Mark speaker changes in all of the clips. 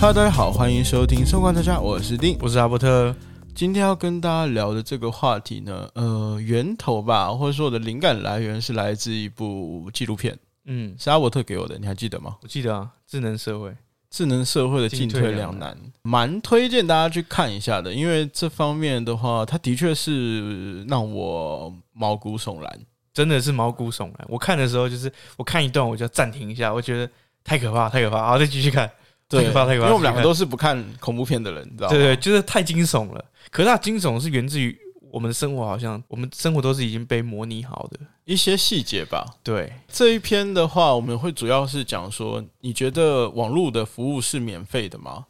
Speaker 1: Hello，大家好，欢迎收听《收官特家》，我是丁。
Speaker 2: 我是阿伯特。
Speaker 1: 今天要跟大家聊的这个话题呢，呃，源头吧，或者说我的灵感来源是来自一部纪录片，
Speaker 2: 嗯，
Speaker 1: 是阿伯特给我的，你还记得吗？
Speaker 2: 我记得啊，智能社会。
Speaker 1: 智能社会的进退两难，蛮推荐大家去看一下的，因为这方面的话，它的确是让我毛骨悚然。
Speaker 2: 真的是毛骨悚然。我看的时候，就是我看一段我就要暂停一下，我觉得太可怕，太可怕，好，再继续看。
Speaker 1: 对，
Speaker 2: 太可怕太可怕
Speaker 1: 因为我们两个
Speaker 2: 太可怕
Speaker 1: 都是不看恐怖片的人，你知道吗？啊
Speaker 2: 对对，就是太惊悚了。可是它惊悚是源自于我们的生活，好像我们生活都是已经被模拟好的。
Speaker 1: 一些细节吧。
Speaker 2: 对，
Speaker 1: 这一篇的话，我们会主要是讲说，你觉得网络的服务是免费的吗？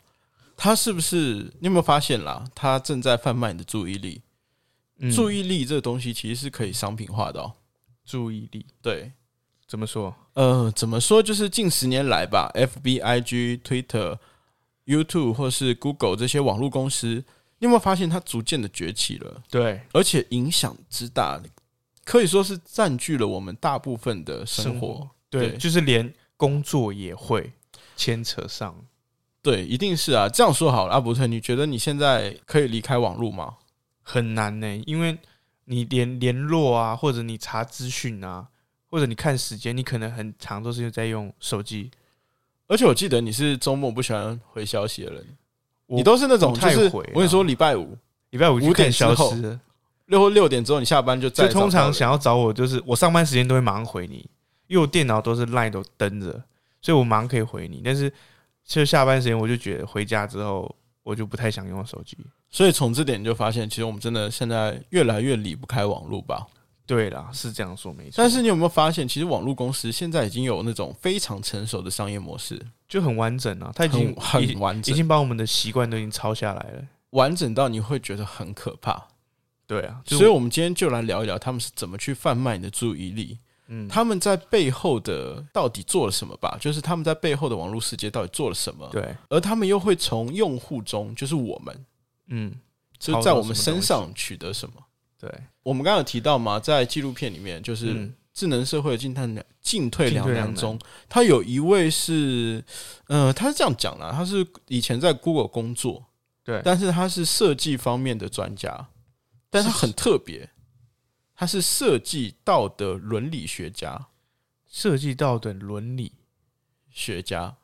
Speaker 1: 它是不是你有没有发现啦？它正在贩卖你的注意力。
Speaker 2: 嗯
Speaker 1: 注意力这个东西其实是可以商品化的哦。
Speaker 2: 注意力
Speaker 1: 对，
Speaker 2: 怎么说？
Speaker 1: 呃，怎么说？就是近十年来吧，FB、IG、Twitter、YouTube 或是 Google 这些网络公司，你有没有发现它逐渐的崛起了？
Speaker 2: 对，
Speaker 1: 而且影响之大，可以说是占据了我们大部分的生活
Speaker 2: 对，
Speaker 1: 对
Speaker 2: 就是连工作也会牵扯上。
Speaker 1: 对，一定是啊。这样说好了，阿伯特，你觉得你现在可以离开网络吗？
Speaker 2: 很难呢、因为你连联络啊，或者你查资讯啊，或者你看时间，你可能很长都是在用手机。
Speaker 1: 而且我记得你是周末不喜欢回消息的人，
Speaker 2: 我
Speaker 1: 你都是那种
Speaker 2: 不
Speaker 1: 就
Speaker 2: 太
Speaker 1: 是我
Speaker 2: 回啊
Speaker 1: 跟你说，礼拜五
Speaker 2: 礼拜五
Speaker 1: 五点之
Speaker 2: 消
Speaker 1: 后
Speaker 2: 失了，
Speaker 1: 六或六点之后你下班就再
Speaker 2: 就
Speaker 1: 也找
Speaker 2: 通
Speaker 1: 不到
Speaker 2: 常
Speaker 1: 人
Speaker 2: 想要找我，就是我上班时间都会马上回你，因为我电脑都是 line 都登着，所以我马上可以回你。但是其实下班时间，我就觉得回家之后，我就不太想用手机。
Speaker 1: 所以从这点就发现，其实我们真的现在越来越离不开网络吧。
Speaker 2: 对啦，是这样说没错，
Speaker 1: 但是你有没有发现，其实网络公司现在已经有那种非常成熟的商业模式，
Speaker 2: 就很完整啊，它已经
Speaker 1: 很很
Speaker 2: 已
Speaker 1: 完
Speaker 2: 已
Speaker 1: 整，
Speaker 2: 经把我们的习惯都已经抄下来了。
Speaker 1: 完整到你会觉得很可怕。
Speaker 2: 对啊，就
Speaker 1: 所以，我们今天就来聊一聊他们是怎么去贩卖你的注意力。
Speaker 2: 嗯，
Speaker 1: 他们在背后的到底做了什么吧？就是他们在背后的网络世界到底做了什么？
Speaker 2: 对，
Speaker 1: 而他们又会从用户中，就是我们，
Speaker 2: 嗯，
Speaker 1: 就是在我们身上取得什么？
Speaker 2: 对，
Speaker 1: 我们刚刚有提到嘛，在纪录片里面，就是
Speaker 2: 嗯，
Speaker 1: 智能社会的进探两进退两
Speaker 2: 进退两
Speaker 1: 难
Speaker 2: 难
Speaker 1: 中，他有一位是，呃，他是这样讲啦，他是以前在 Google 工作，
Speaker 2: 对
Speaker 1: 但是他是设计方面的专家，但他很特别，他是设计道德伦理学家。
Speaker 2: 设计道德伦理，
Speaker 1: 学家，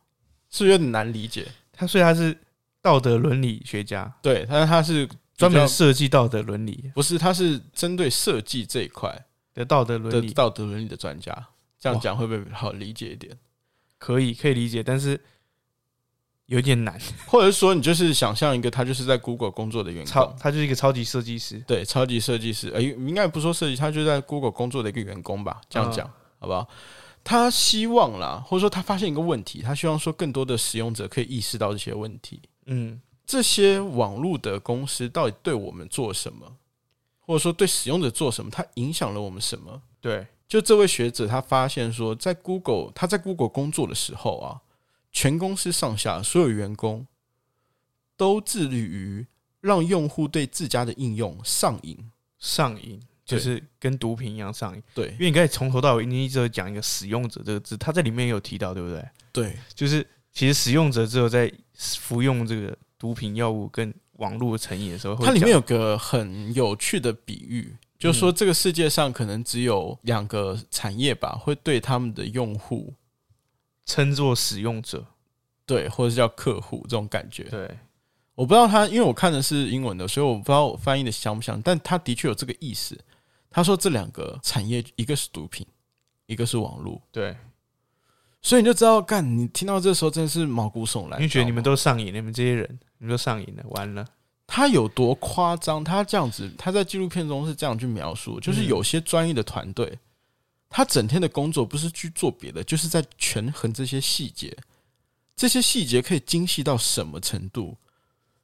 Speaker 1: 是不是有点难理解？
Speaker 2: 他所以他是道德伦理学家，
Speaker 1: 对，但是他是
Speaker 2: 专门
Speaker 1: 比较
Speaker 2: 设计道德伦理
Speaker 1: 不是，他是针对设计这一块
Speaker 2: 的道德伦
Speaker 1: 的
Speaker 2: 理，
Speaker 1: 道德伦理的专家。这样讲会不会好理解一点？
Speaker 2: 可以可以理解，但是有点难。
Speaker 1: 或者说，你就是想象一个他就是在 Google 工作的员
Speaker 2: 超
Speaker 1: 工，
Speaker 2: 他就是一个超级设计师，
Speaker 1: 对，超级设计师，哎、应该不说设计，他就在 Google 工作的一个员工吧？这样讲、好不好？他希望啦，或者说他发现一个问题，他希望说更多的使用者可以意识到这些问题。
Speaker 2: 嗯，
Speaker 1: 这些网络的公司到底对我们做什么，或者说对使用者做什么，它影响了我们什么？
Speaker 2: 对，
Speaker 1: 就这位学者他发现说，在 Google 他在 Google 工作的时候啊，全公司上下所有员工都致力于让用户对自家的应用上瘾。
Speaker 2: 上瘾
Speaker 1: 对
Speaker 2: 就是跟毒品一样上瘾，
Speaker 1: 对
Speaker 2: 因为你刚才从头到尾你一直有讲一个使用者这个字，他在里面有提到，对不对？
Speaker 1: 对
Speaker 2: 就是其实使用者只有在服用这个毒品药物跟网络成瘾的时候，会
Speaker 1: 它里面
Speaker 2: 讲
Speaker 1: 有个很有趣的比喻，就是
Speaker 2: 嗯
Speaker 1: 说这个世界上可能只有两个产业吧，会对他们的用户
Speaker 2: 称作使用者，
Speaker 1: 对，或者是叫客户这种感觉。
Speaker 2: 对，
Speaker 1: 我不知道他，因为我看的是英文的，所以我不知道我翻译的像不像，但他的确有这个意思。他说这两个产业，一个是毒品，一个是网络，
Speaker 2: 对，
Speaker 1: 所以你就知道，干你听到这时候真的是毛骨悚然，
Speaker 2: 因为觉得你们
Speaker 1: 知道吗
Speaker 2: 都上瘾，你们这些人，你们都上瘾了，完了，
Speaker 1: 他有多夸张？他这样子，他在纪录片中是这样去描述，就是
Speaker 2: 嗯
Speaker 1: 有些专业的团队，他整天的工作不是去做别的，就是在权衡这些细节，这些细节可以精细到什么程度？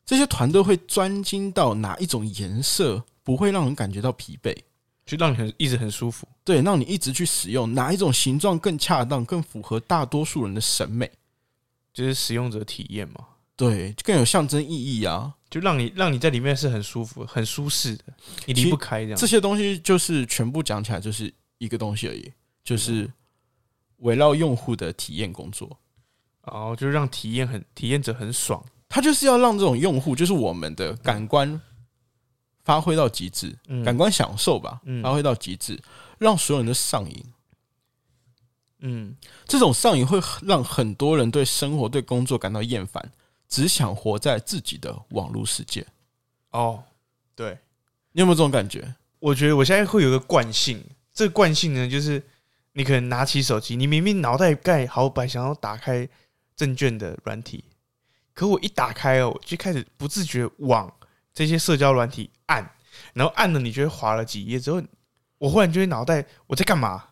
Speaker 1: 这些团队会专精到哪一种颜色不会让人感觉到疲惫？
Speaker 2: 就让你很一直很舒服。
Speaker 1: 对，让你一直去使用哪一种形状更恰当，更符合大多数人的审美？
Speaker 2: 就是使用者体验嘛，
Speaker 1: 对，更有象征意义啊！
Speaker 2: 就让你让你在里面是很舒服、很舒适的，你离不开这样。
Speaker 1: 这些东西就是全部讲起来
Speaker 2: 啊
Speaker 1: 就是一个东西而已，就是围绕用户的体验工作。
Speaker 2: 哦，就是让体验很体验者很爽，
Speaker 1: 它就是要让这种用户，就是我们的感官发挥到极致，
Speaker 2: 嗯
Speaker 1: 感官享受吧，
Speaker 2: 嗯
Speaker 1: 发挥到极致，让所有人都上瘾。
Speaker 2: 嗯
Speaker 1: 这种上瘾会让很多人对生活、对工作感到厌烦，只想活在自己的网络世界。
Speaker 2: 哦，对，
Speaker 1: 你有没有这种感觉？
Speaker 2: 我觉得我现在会有一个惯性，这个惯性呢，就是你可能拿起手机，你明明脑袋盖好白，想要打开证券的软体，可我一打开哦，我就开始不自觉往这些社交软体按，然后按了，你就会滑了几页之后，我忽然就会脑袋我在干嘛，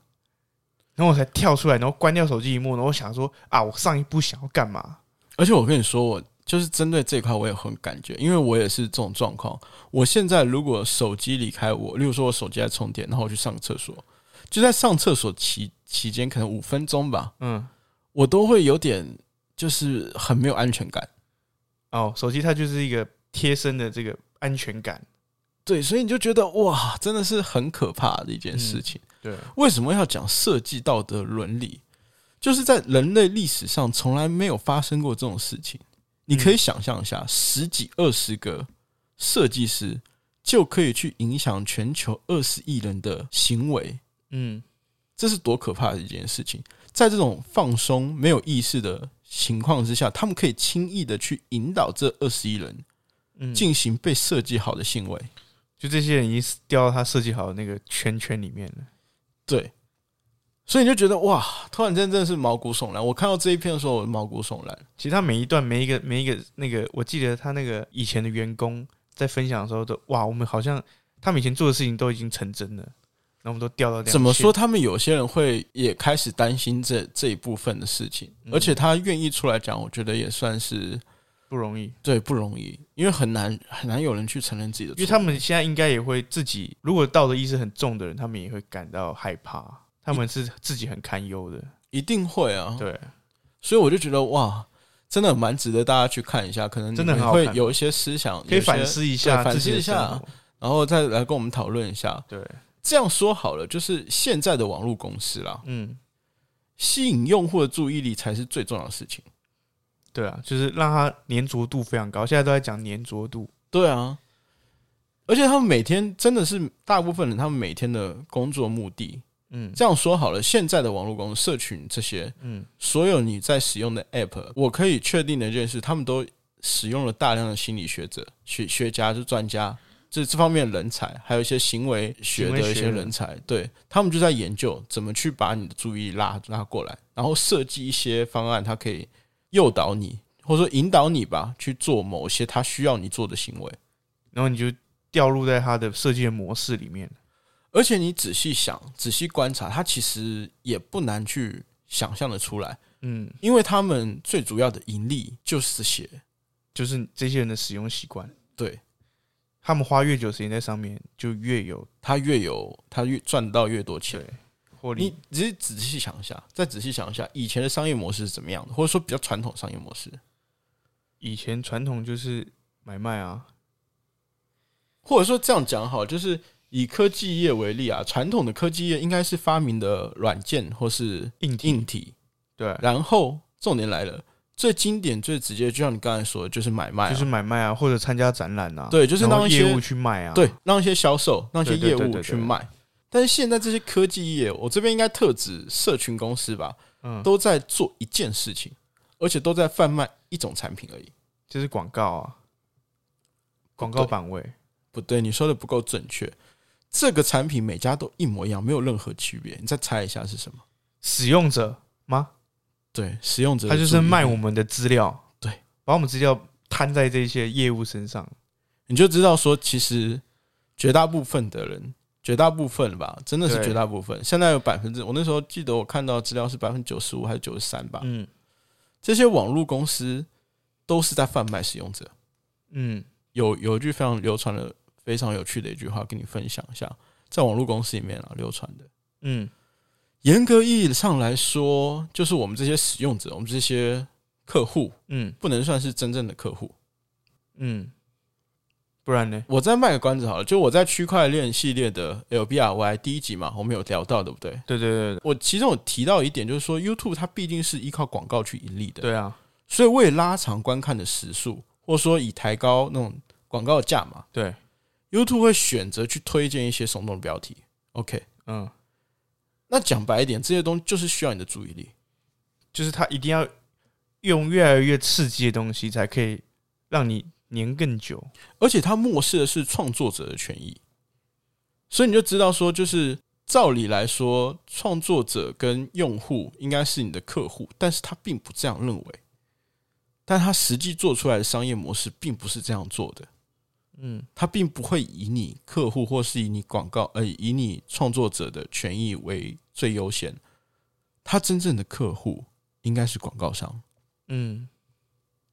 Speaker 2: 然后我才跳出来，然后关掉手机荧幕，然后想说啊，我上一步想要干嘛？
Speaker 1: 而且我跟你说，我就是针对这一块，我也很感觉，因为我也是这种状况。我现在如果手机离开我，例如说我手机在充电，然后我去上厕所，就在上厕所期期间，可能五分钟吧，
Speaker 2: 嗯，
Speaker 1: 我都会有点就是很没有安全感。
Speaker 2: 哦，手机它就是一个贴身的这个安全感，
Speaker 1: 对，所以你就觉得哇，真的是很可怕的一件事情。
Speaker 2: 对，
Speaker 1: 为什么要讲设计道德伦理？就是在人类历史上从来没有发生过这种事情。你可以想象一下，十几二十个设计师就可以去影响全球二十亿人的行为，
Speaker 2: 嗯
Speaker 1: 这是多可怕的一件事情！在这种放松、没有意识的情况之下，他们可以轻易的去引导这二十亿人
Speaker 2: 嗯。
Speaker 1: 进行被设计好的行为。
Speaker 2: 就这些人已经掉到他设计好的那个圈圈里面了。
Speaker 1: 对，所以你就觉得哇，突然间真的是毛骨悚然。我看到这一篇的时候，我毛骨悚然。
Speaker 2: 其实他每一段、每一个、每一个那个，我记得他那个以前的员工在分享的时候都哇，我们好像他们以前做的事情都已经成真了，然后我们都掉到这样
Speaker 1: 怎么说？？他们有些人会也开始担心这这一部分的事情，
Speaker 2: 嗯
Speaker 1: 而且他愿意出来讲，我觉得也算是
Speaker 2: 不容易，
Speaker 1: 对不容易，因为很难很难有人去承认自己的错。
Speaker 2: 因为他们现在应该也会自己，如果道德意识很重的人，他们也会感到害怕，他们是自己很堪忧的。
Speaker 1: 一定会啊，
Speaker 2: 对，
Speaker 1: 所以我就觉得哇，真的蛮值得大家去看一下，可能你
Speaker 2: 真的
Speaker 1: 们
Speaker 2: 很好
Speaker 1: 会
Speaker 2: 看
Speaker 1: 有一些思想，
Speaker 2: 可
Speaker 1: 有
Speaker 2: 以
Speaker 1: 一些
Speaker 2: 反，思一下
Speaker 1: 对反
Speaker 2: 自己
Speaker 1: 思
Speaker 2: 的
Speaker 1: 一下
Speaker 2: 生活。
Speaker 1: 然后再来跟我们讨论一下。
Speaker 2: 对，
Speaker 1: 这样说好了，就是现在的网络公司啦，
Speaker 2: 嗯，
Speaker 1: 吸引用户的注意力才是最重要的事情。
Speaker 2: 对啊，就是让他粘着度非常高。现在都在讲粘着度，
Speaker 1: 对啊，而且他们每天真的是大部分人，他们每天的工作目的，
Speaker 2: 嗯
Speaker 1: 这样说好了，现在的网络公司、社群这些，
Speaker 2: 嗯，
Speaker 1: 所有你在使用的 App，我可以确定的一件事，他们都使用了大量的心理学者、学学家、就专家。这这方面的人才，还有一些行为学的一些人才，对他们就在研究怎么去把你的注意力拉拉过来，然后设计一些方案，它可以诱导你，或者说引导你吧，去做某些他需要你做的行为。
Speaker 2: 然后你就掉入在他的设计的模式里面。
Speaker 1: 而且你仔细想、仔细观察，它其实也不难去想象的出来，
Speaker 2: 嗯，
Speaker 1: 因为他们最主要的盈利就是写
Speaker 2: 就是这些人的使用习惯，
Speaker 1: 对
Speaker 2: 他们花越久时间在上面，就越有
Speaker 1: 他越有，他越赚到越多钱
Speaker 2: 对。获
Speaker 1: 你
Speaker 2: 利。
Speaker 1: 只是仔细想一下，再仔细想一下，以前的商业模式是怎么样的，或者说比较传统的商业模式，
Speaker 2: 以前传统就是买卖啊，
Speaker 1: 或者说这样讲好，就是以科技业为例啊，传统的科技业应该是发明的软件或是
Speaker 2: 硬体
Speaker 1: 硬体，
Speaker 2: 对，啊
Speaker 1: 然后重点来了，最经典、最直接，就像你刚才说的，就是买卖啊、
Speaker 2: 就是买卖啊，或者参加展览啊，
Speaker 1: 对就是
Speaker 2: 然后
Speaker 1: 让一些
Speaker 2: 业务去卖啊，
Speaker 1: 对，让一些销售、让一些
Speaker 2: 对对
Speaker 1: 业
Speaker 2: 对对
Speaker 1: 务
Speaker 2: 对
Speaker 1: 去卖。但是现在这些科技业，我这边应该特指社群公司吧，
Speaker 2: 嗯，
Speaker 1: 都在做一件事情，而且都在贩卖一种产品而已。
Speaker 2: 就是广告啊，广告版位，
Speaker 1: 不对，你说的不够准确。这个产品每家都一模一样，没有任何区别。你再猜一下是什么？
Speaker 2: 使用者吗？
Speaker 1: 对，使用者
Speaker 2: 他
Speaker 1: 的
Speaker 2: 就是
Speaker 1: 注意
Speaker 2: 卖
Speaker 1: 力
Speaker 2: 我，们的资料，
Speaker 1: 对，
Speaker 2: 把我们资料摊在这些业务身上，
Speaker 1: 你就知道说，其实绝大部分的人，绝大部分吧，真的是
Speaker 2: 对
Speaker 1: 绝大部分。现在有百分之，我那时候记得我看到资料是百分之九十五还是九十三吧，
Speaker 2: 嗯
Speaker 1: 这些网络公司都是在贩卖使用者。
Speaker 2: 嗯，
Speaker 1: 有有一句非常流传的、非常有趣的一句话，跟你分享一下，在网络公司里面啊流传的。
Speaker 2: 嗯，
Speaker 1: 严格意义上来说，就是我们这些使用者，我们这些客户，
Speaker 2: 嗯，
Speaker 1: 不能算是真正的客户，
Speaker 2: 嗯，不然呢？
Speaker 1: 我再卖个关子好了，就我在区块链系列的 LBRY 第一集嘛，我们有聊到，对不对？
Speaker 2: 对对对对
Speaker 1: 我其中有提到一点，就是说 YouTube 它毕竟是依靠广告去盈利的，
Speaker 2: 对啊，
Speaker 1: 所以为了拉长观看的时速，或者说以抬高那种广告的价码
Speaker 2: 对，
Speaker 1: ，YouTube 会选择去推荐一些耸动的标题。OK，
Speaker 2: 嗯，
Speaker 1: 那讲白一点，这些东西就是需要你的注意力。
Speaker 2: 就是他一定要用越来越刺激的东西，才可以让你粘更久。
Speaker 1: 而且他漠视的是创作者的权益，所以你就知道说，就是照理来说，创作者跟用户应该是你的客户，但是他并不这样认为，但他实际做出来的商业模式并不是这样做的，
Speaker 2: 嗯，
Speaker 1: 他并不会以你客户或是以你广告，呃，以你创作者的权益为最优先，他真正的客户应该是广告商，
Speaker 2: 嗯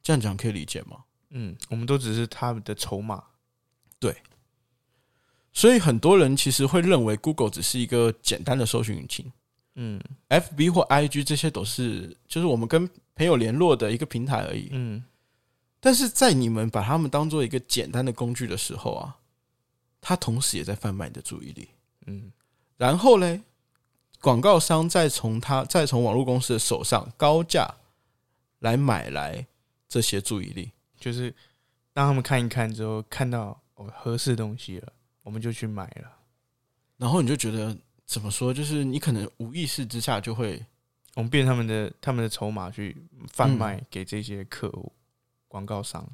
Speaker 1: 这样讲可以理解吗？
Speaker 2: 嗯，我们都只是他们的筹码。
Speaker 1: 所以很多人其实会认为 Google 只是一个简单的搜寻引擎。
Speaker 2: 嗯
Speaker 1: FB 或 IG 这些都是就是我们跟朋友联络的一个平台而已。
Speaker 2: 嗯，
Speaker 1: 但是在你们把它们当做一个简单的工具的时候啊，它同时也在贩卖你的注意力。
Speaker 2: 嗯，
Speaker 1: 然后嘞，广告商再从他再从网络公司的手上高价来买来这些注意力。
Speaker 2: 就是让他们看一看之后，看到哦合适的东西了，我们就去买了。
Speaker 1: 然后你就觉得怎么说，就是你可能无意识之下就会
Speaker 2: 我们变他们的他们的筹码去贩卖给这些客户、广告商。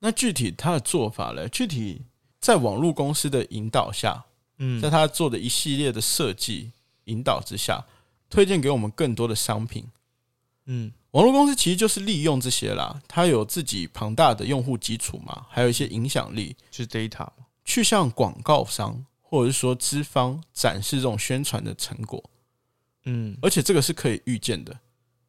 Speaker 1: 那具体他的做法嘞，具体在网络公司的引导下，
Speaker 2: 嗯
Speaker 1: 在他做的一系列的设计引导之下，推荐给我们更多的商品。
Speaker 2: 嗯
Speaker 1: 网络公司其实就是利用这些啦，它有自己庞大的用户基础嘛，还有一些影响力，
Speaker 2: 就是 data 嘛。
Speaker 1: 去向广告商或者是说资方展示这种宣传的成果，
Speaker 2: 嗯，
Speaker 1: 而且这个是可以预见的。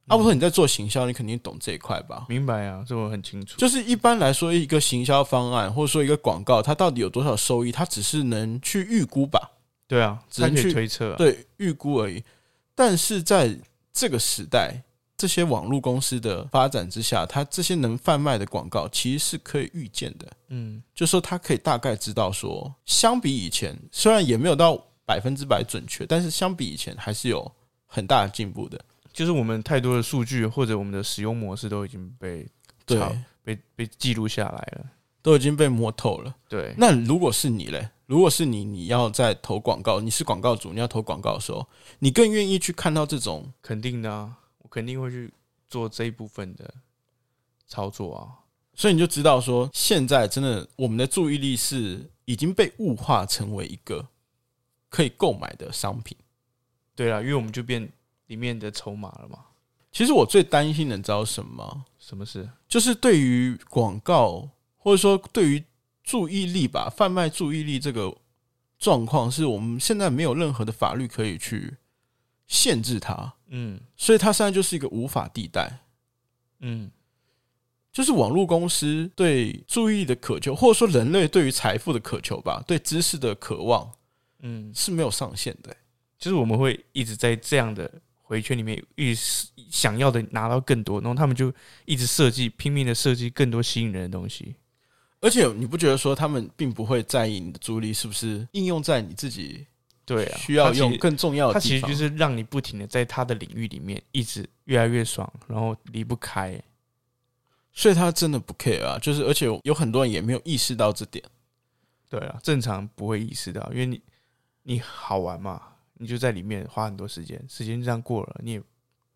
Speaker 1: 阿伯说你在做行销，你肯定懂这一块吧？
Speaker 2: 明白啊，这我很清楚。
Speaker 1: 就是一般来说，一个行销方案或者说一个广告，它到底有多少收益，它只是能去预估吧。
Speaker 2: 对啊，
Speaker 1: 只能
Speaker 2: 他可以
Speaker 1: 去
Speaker 2: 推测、啊。，
Speaker 1: 对预估而已。但是在这个时代，这些网络公司的发展之下，它这些能贩卖的广告其实是可以预见的，
Speaker 2: 嗯
Speaker 1: 就说它可以大概知道说，相比以前，虽然也没有到百分之百准确，但是相比以前还是有很大的进步的。
Speaker 2: 就是我们太多的数据或者我们的使用模式都已经被
Speaker 1: 对，
Speaker 2: 好被被记录下来了。
Speaker 1: 都已经被摸透了。
Speaker 2: 对，
Speaker 1: 那如果是你嘞？如果是你，你要在投广告，你是广告主，你要投广告的时候，你更愿意去看到这种
Speaker 2: 肯定的啊，我肯定会去做这一部分的操作啊。
Speaker 1: 所以你就知道说，现在真的我们的注意力是已经被物化成为一个可以购买的商品。
Speaker 2: 对啊，因为我们就变里面的筹码了嘛。
Speaker 1: 其实我最担心的，你知道什么吗？
Speaker 2: 什么事？
Speaker 1: 就是对于广告或者说对于注意力吧，贩卖注意力这个状况，是我们现在没有任何的法律可以去限制它，
Speaker 2: 嗯
Speaker 1: 所以它现在就是一个无法地带。
Speaker 2: 嗯，
Speaker 1: 就是网络公司对注意力的渴求，或者说人类对于财富的渴求吧，对知识的渴望
Speaker 2: 嗯，
Speaker 1: 是没有上限的、
Speaker 2: 就是我们会一直在这样的回圈里面，一直想要的拿到更多，然后他们就一直设计，拼命的设计更多吸引人的东西。
Speaker 1: 而且你不觉得说他们并不会在意你的注意力是不是应用在你自己
Speaker 2: 对啊，
Speaker 1: 需要
Speaker 2: 它其实
Speaker 1: 用更重要
Speaker 2: 它
Speaker 1: 的哦
Speaker 2: 其
Speaker 1: 地
Speaker 2: 实
Speaker 1: 方？
Speaker 2: 就是让你不停的在它的领域里面一直越来越爽，然后离不开。
Speaker 1: 所以他真的不 care 啊，就是而且有很多人也没有意识到这点。
Speaker 2: 对啊，正常不会意识到，因为你你好玩嘛，你就在里面花很多时间，时间就这样过了，你也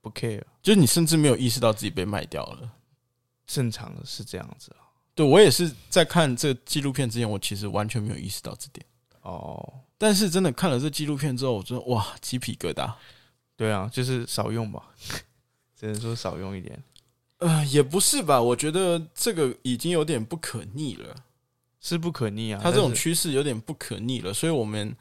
Speaker 2: 不 care。
Speaker 1: 就是你甚至没有意识到自己被卖掉了。
Speaker 2: 正常是这样子啊
Speaker 1: 对我也是在看这纪录片之前，我其实完全没有意识到这点。
Speaker 2: 哦，
Speaker 1: 但是真的看了这纪录片之后，我真的哇鸡皮疙瘩。
Speaker 2: 对啊，就是少用吧， 只能说少用一点。
Speaker 1: 呃，也不是吧，我觉得这个已经有点不可逆了。
Speaker 2: 是不可逆啊。
Speaker 1: 它这种
Speaker 2: 但是
Speaker 1: 趋势有点不可逆了，所以我们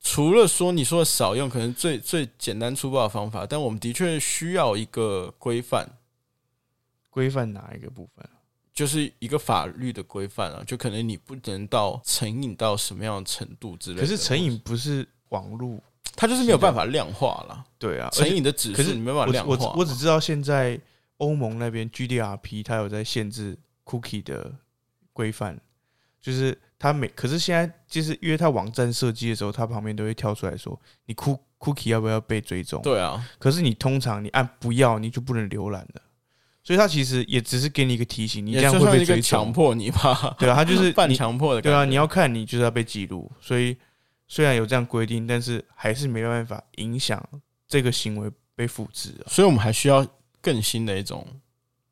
Speaker 1: 除了说你说的少用，可能最最简单粗暴的方法，但我们的确需要一个规范，
Speaker 2: 规范哪一个部分？啊
Speaker 1: 就是一个法律的规范啊，就可能你不能到成瘾到什么样的程度之类的。
Speaker 2: 可是成瘾不是网络，
Speaker 1: 它就是没有办法量化了，
Speaker 2: 对啊，
Speaker 1: 成瘾的指
Speaker 2: 可是
Speaker 1: 数你没办法
Speaker 2: 而且
Speaker 1: 量
Speaker 2: 我
Speaker 1: 化
Speaker 2: 只我只我只知道现在欧盟那边 GDRP 它有在限制 cookie 的规范，就是他每可是现在就是因为他网站设计的时候，他旁边都会跳出来说你 coo- cookie 要不要被追踪？
Speaker 1: 对啊，
Speaker 2: 可是你通常你按不要，你就不能浏览了。所以他其实也只是给你一个提醒，你这
Speaker 1: 也
Speaker 2: 样
Speaker 1: 就
Speaker 2: 会
Speaker 1: 算
Speaker 2: 被
Speaker 1: 一个
Speaker 2: 追
Speaker 1: 强
Speaker 2: 踪。
Speaker 1: 迫你吧，
Speaker 2: 对啊，他就是
Speaker 1: 半
Speaker 2: 你
Speaker 1: 强迫的感
Speaker 2: 对
Speaker 1: 觉。
Speaker 2: 啊，你要看你就是要被记录，所以虽然有这样规定，但是还是没办法影响这个行为被复制啊。
Speaker 1: 所以我们还需要更新的一种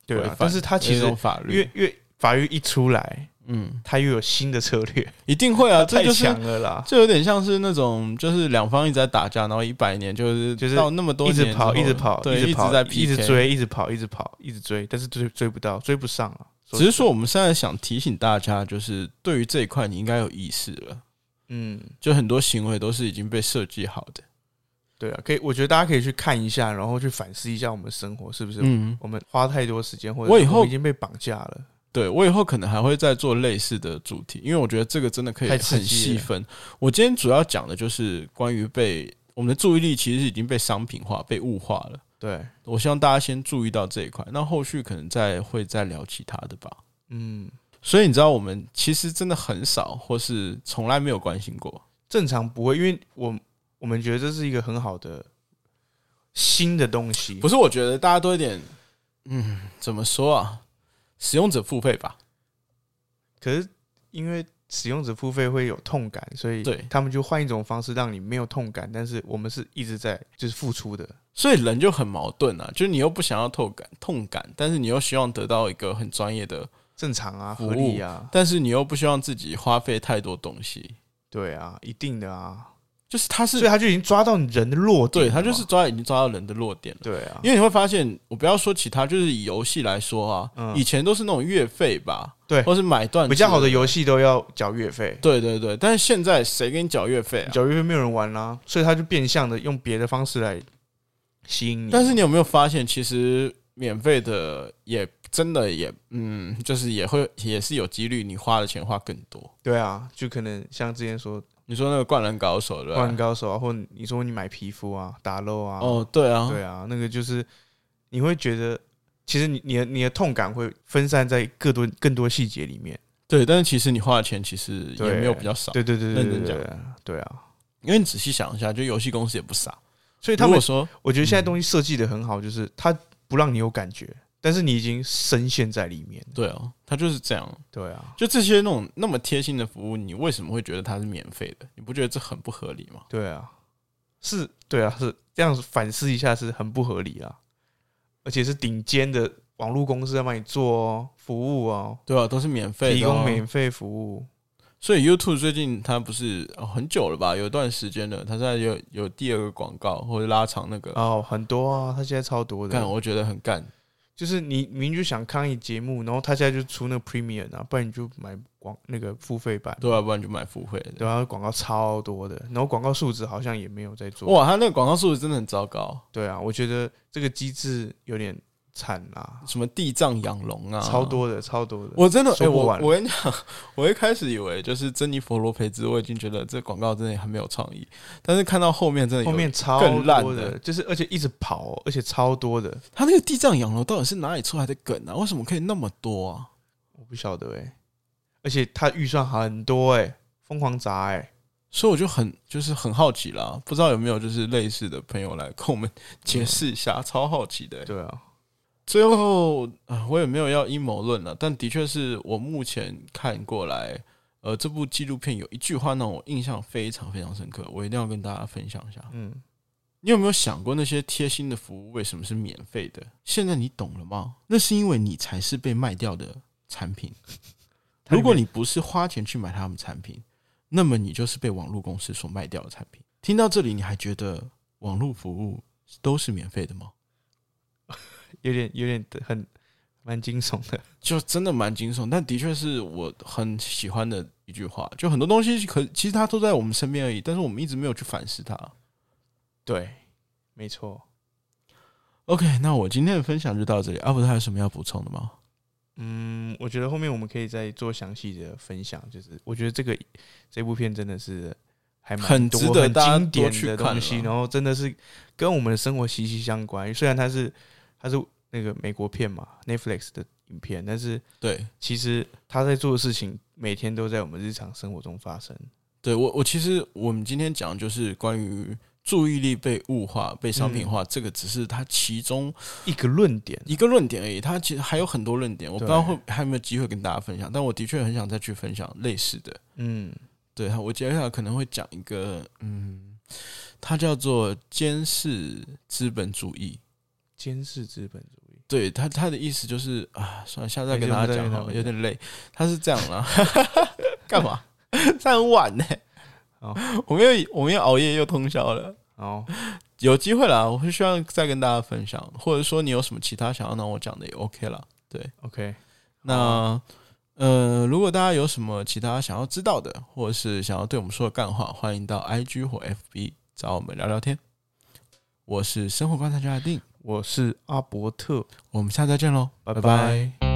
Speaker 2: 对
Speaker 1: 规
Speaker 2: 啊
Speaker 1: 范，
Speaker 2: 但是他其
Speaker 1: 一
Speaker 2: 实
Speaker 1: 种法律
Speaker 2: 越，越法律一出来，
Speaker 1: 嗯，
Speaker 2: 他又有新的策略，
Speaker 1: 一定会 啊，这
Speaker 2: 太
Speaker 1: 就是
Speaker 2: 强了啦，
Speaker 1: 这有点像是那种，就是两方一直在打架，然后一百年就是
Speaker 2: 就是
Speaker 1: 到那么多
Speaker 2: 一
Speaker 1: 年
Speaker 2: 直跑，
Speaker 1: 之后
Speaker 2: 一直跑，
Speaker 1: 对，
Speaker 2: 一
Speaker 1: 一
Speaker 2: 直跑，
Speaker 1: 在 PK
Speaker 2: 一直。追，一直跑，一直跑，一直追，但是追追不到，追不上啊。
Speaker 1: 只是说，我们现在想提醒大家，就是对于这一块你应该有意识了，
Speaker 2: 嗯，
Speaker 1: 就很多行为都是已经被设计好的。
Speaker 2: 对啊，可以，我觉得大家可以去看一下，然后去反思一下我们的生活是不是
Speaker 1: 嗯，
Speaker 2: 我们花太多时间，或者
Speaker 1: 我
Speaker 2: 是
Speaker 1: 以后
Speaker 2: 们已经被绑架了。
Speaker 1: 对我以后可能还会再做类似的主题，因为我觉得这个真的可以
Speaker 2: 太刺
Speaker 1: 很
Speaker 2: 激
Speaker 1: 细
Speaker 2: 了
Speaker 1: 分。我今天主要讲的就是关于被我们的注意力其实已经被商品化、被物化了。
Speaker 2: 对，
Speaker 1: 我希望大家先注意到这一块，那后续可能再会再聊其他的吧。
Speaker 2: 嗯，
Speaker 1: 所以你知道，我们其实真的很少，或是从来没有关心过。
Speaker 2: 正常不会，因为我我们觉得这是一个很好的新的东西，
Speaker 1: 不是，我觉得大家都有点，嗯，怎么说啊？使用者付费吧，
Speaker 2: 可是因为使用者付费会有痛感，所以
Speaker 1: 对
Speaker 2: 他们就换一种方式让你没有痛感，但是我们是一直在就是付出的，
Speaker 1: 所以人就很矛盾啊。就是你又不想要痛感痛感，但是你又希望得到一个很专业的，
Speaker 2: 正常啊，
Speaker 1: 服务
Speaker 2: 合理啊，
Speaker 1: 但是你又不希望自己花费太多东西。
Speaker 2: 对啊，一定的啊，
Speaker 1: 就是他
Speaker 2: 所以
Speaker 1: 是
Speaker 2: 他就已经抓到你人的弱点
Speaker 1: 对
Speaker 2: 了
Speaker 1: 他
Speaker 2: 嘛，
Speaker 1: 就是抓已经抓到人的弱点了。
Speaker 2: 对啊，
Speaker 1: 因为你会发现，我不要说其他，就是以游戏来说啊，
Speaker 2: 嗯
Speaker 1: 以前都是那种月费吧，
Speaker 2: 对
Speaker 1: 或是买断
Speaker 2: 比较好的
Speaker 1: 制
Speaker 2: 游戏都要缴月费，
Speaker 1: 对对对。但是现在谁给你缴月费啊？
Speaker 2: 缴月费没有人玩啦、所以他就变相的用别的方式来吸引你，
Speaker 1: 但是你有没有发现，其实免费的也真的也，嗯，就是也会也是有几率你花的钱花更多。
Speaker 2: 对啊，就可能像之前说
Speaker 1: 你说那个灌篮高手对
Speaker 2: 《灌篮
Speaker 1: 吧？
Speaker 2: 高手》啊，或你说你买皮肤啊、打肉啊，
Speaker 1: 哦，对啊，
Speaker 2: 对啊，那个就是你会觉得，其实你你的你的痛感会分散在更多更多细节里面。
Speaker 1: 对，但是其实你花的钱其实也
Speaker 2: 对
Speaker 1: 没有比较少，
Speaker 2: 对对对对
Speaker 1: 认
Speaker 2: 对
Speaker 1: 真
Speaker 2: 对
Speaker 1: 讲
Speaker 2: 对啊对啊！
Speaker 1: 因为你仔细想一下，就游戏公司也不傻。
Speaker 2: 所以他
Speaker 1: 如
Speaker 2: 们
Speaker 1: 果，嗯说
Speaker 2: 我觉得现在东西设计的很好，就是它不让你有感觉，但是你已经深陷在里面。
Speaker 1: 对哦，他就是这样，
Speaker 2: 对啊，
Speaker 1: 就这些那种那么贴心的服务，你为什么会觉得它是免费的？你不觉得这很不合理吗？
Speaker 2: 对啊，是，对啊，是这样反思一下是很不合理啊，而且是顶尖的网络公司在帮你做哦，服务哦，
Speaker 1: 对啊，都是免费的、
Speaker 2: 提供免。费服务。
Speaker 1: 所以 YouTube 最近它不是、哦很久了吧？有一段时间了，它现在有有第二个广告或者拉长那个，
Speaker 2: 哦，很多啊，他现在超多的。
Speaker 1: 干、我觉得很干。
Speaker 2: 就是你明明就想抗议节目，然后他现在就出那个 Premium 啊，不然你就买广那个付费版，
Speaker 1: 对啊，不然就买付费的。
Speaker 2: 对啊，广告超多的，然后广告数值好像也没有在做，
Speaker 1: 哇，它那个广告数字真的很糟糕，
Speaker 2: 对啊，我觉得这个机制有点惨啦，
Speaker 1: 什么地藏养龙啊，
Speaker 2: 超。多的，超多的，
Speaker 1: 我真的，哎、
Speaker 2: 说不
Speaker 1: 我
Speaker 2: 完
Speaker 1: 我跟你讲， 我一开始以为就是珍妮佛罗培兹，我已经觉得这广告真的很没有创意，但是看到后面真的有
Speaker 2: 后面超
Speaker 1: 更烂
Speaker 2: 多
Speaker 1: 的
Speaker 2: 的，就是而且一直跑哦、而且超多的，
Speaker 1: 他那个地藏养龙到底是哪里出来的梗啊？为什么可以那么多啊？
Speaker 2: 我不晓得哎、而且他预算很多哎、疯狂砸哎、
Speaker 1: 所以我就很就是很好奇啦，不知道有没有就是类似的朋友来跟我们解释一下，超好奇的欸、
Speaker 2: 对啊，
Speaker 1: 最后啊，我也没有要阴谋论了，但的确是我目前看过来，呃，这部纪录片有一句话让我印象非常非常深刻，我一定要跟大家分享一下。
Speaker 2: 嗯，
Speaker 1: 你有没有想过那些贴心的服务为什么是免费的？现在你懂了吗？那是因为你才是被卖掉的产品。如果你不是花钱去买他们产品，那么你就是被网络公司所卖掉的产品。听到这里，你还觉得网络服务都是免费的吗？
Speaker 2: 有点有点很蛮惊悚的，
Speaker 1: 就真的蛮惊悚，但的确是我很喜欢的一句话。就很多东西可其实它都在我们身边而已，但是我们一直没有去反思它。
Speaker 2: 对，没错。
Speaker 1: OK，那我今天的分享就到这里。阿福，他有什么要补充的吗？
Speaker 2: 嗯，我觉得后面我们可以再做详细的分享。就是我觉得这个这部片真的是还蛮
Speaker 1: 很
Speaker 2: 多
Speaker 1: 值得
Speaker 2: 很
Speaker 1: 大家
Speaker 2: 经
Speaker 1: 多
Speaker 2: 典
Speaker 1: 去
Speaker 2: 的
Speaker 1: 看啊
Speaker 2: 东西，
Speaker 1: 了
Speaker 2: 然后真的是跟我们的生活息息相关。虽然它是它是那个美国片嘛，Netflix 的影片，但是
Speaker 1: 对，
Speaker 2: 其实他在做的事情每天都在我们日常生活中发生。
Speaker 1: 对我我其实我们今天讲的就是关于注意力被物化、被商
Speaker 2: 嗯
Speaker 1: 品化，这个只是它其中
Speaker 2: 一个论点，
Speaker 1: 一个论点而已。它其实还有很多论点，我不知道
Speaker 2: 对
Speaker 1: 会还有没有机会跟大家分享，但我的确很想再去分享类似的。
Speaker 2: 嗯，
Speaker 1: 对，我接下来可能会讲一个，嗯，它叫做监视资本主义。
Speaker 2: 监视资本主义。
Speaker 1: 对他，他的意思就是啊，算了，下次再跟
Speaker 2: 没事
Speaker 1: 大家
Speaker 2: 我们再
Speaker 1: 讲
Speaker 2: 跟他
Speaker 1: 好了，
Speaker 2: 们
Speaker 1: 有点累。他是这样啦， 干嘛？ 这很晚呢、
Speaker 2: 好
Speaker 1: 我们又我们又熬夜又通宵了。
Speaker 2: 哦，
Speaker 1: 有机会啦，我会希望再跟大家分享，或者说你有什么其他想要让我讲的也 OK 啦。
Speaker 2: OK，
Speaker 1: 那呃，如果大家有什么其他想要知道的，或者是想要对我们说的干话，欢迎到 IG 或 FB 找我们聊聊天。我是生活观察家阿定，
Speaker 2: 我是阿伯特，
Speaker 1: 我们下次再见喽，
Speaker 2: 拜
Speaker 1: 拜拜
Speaker 2: 拜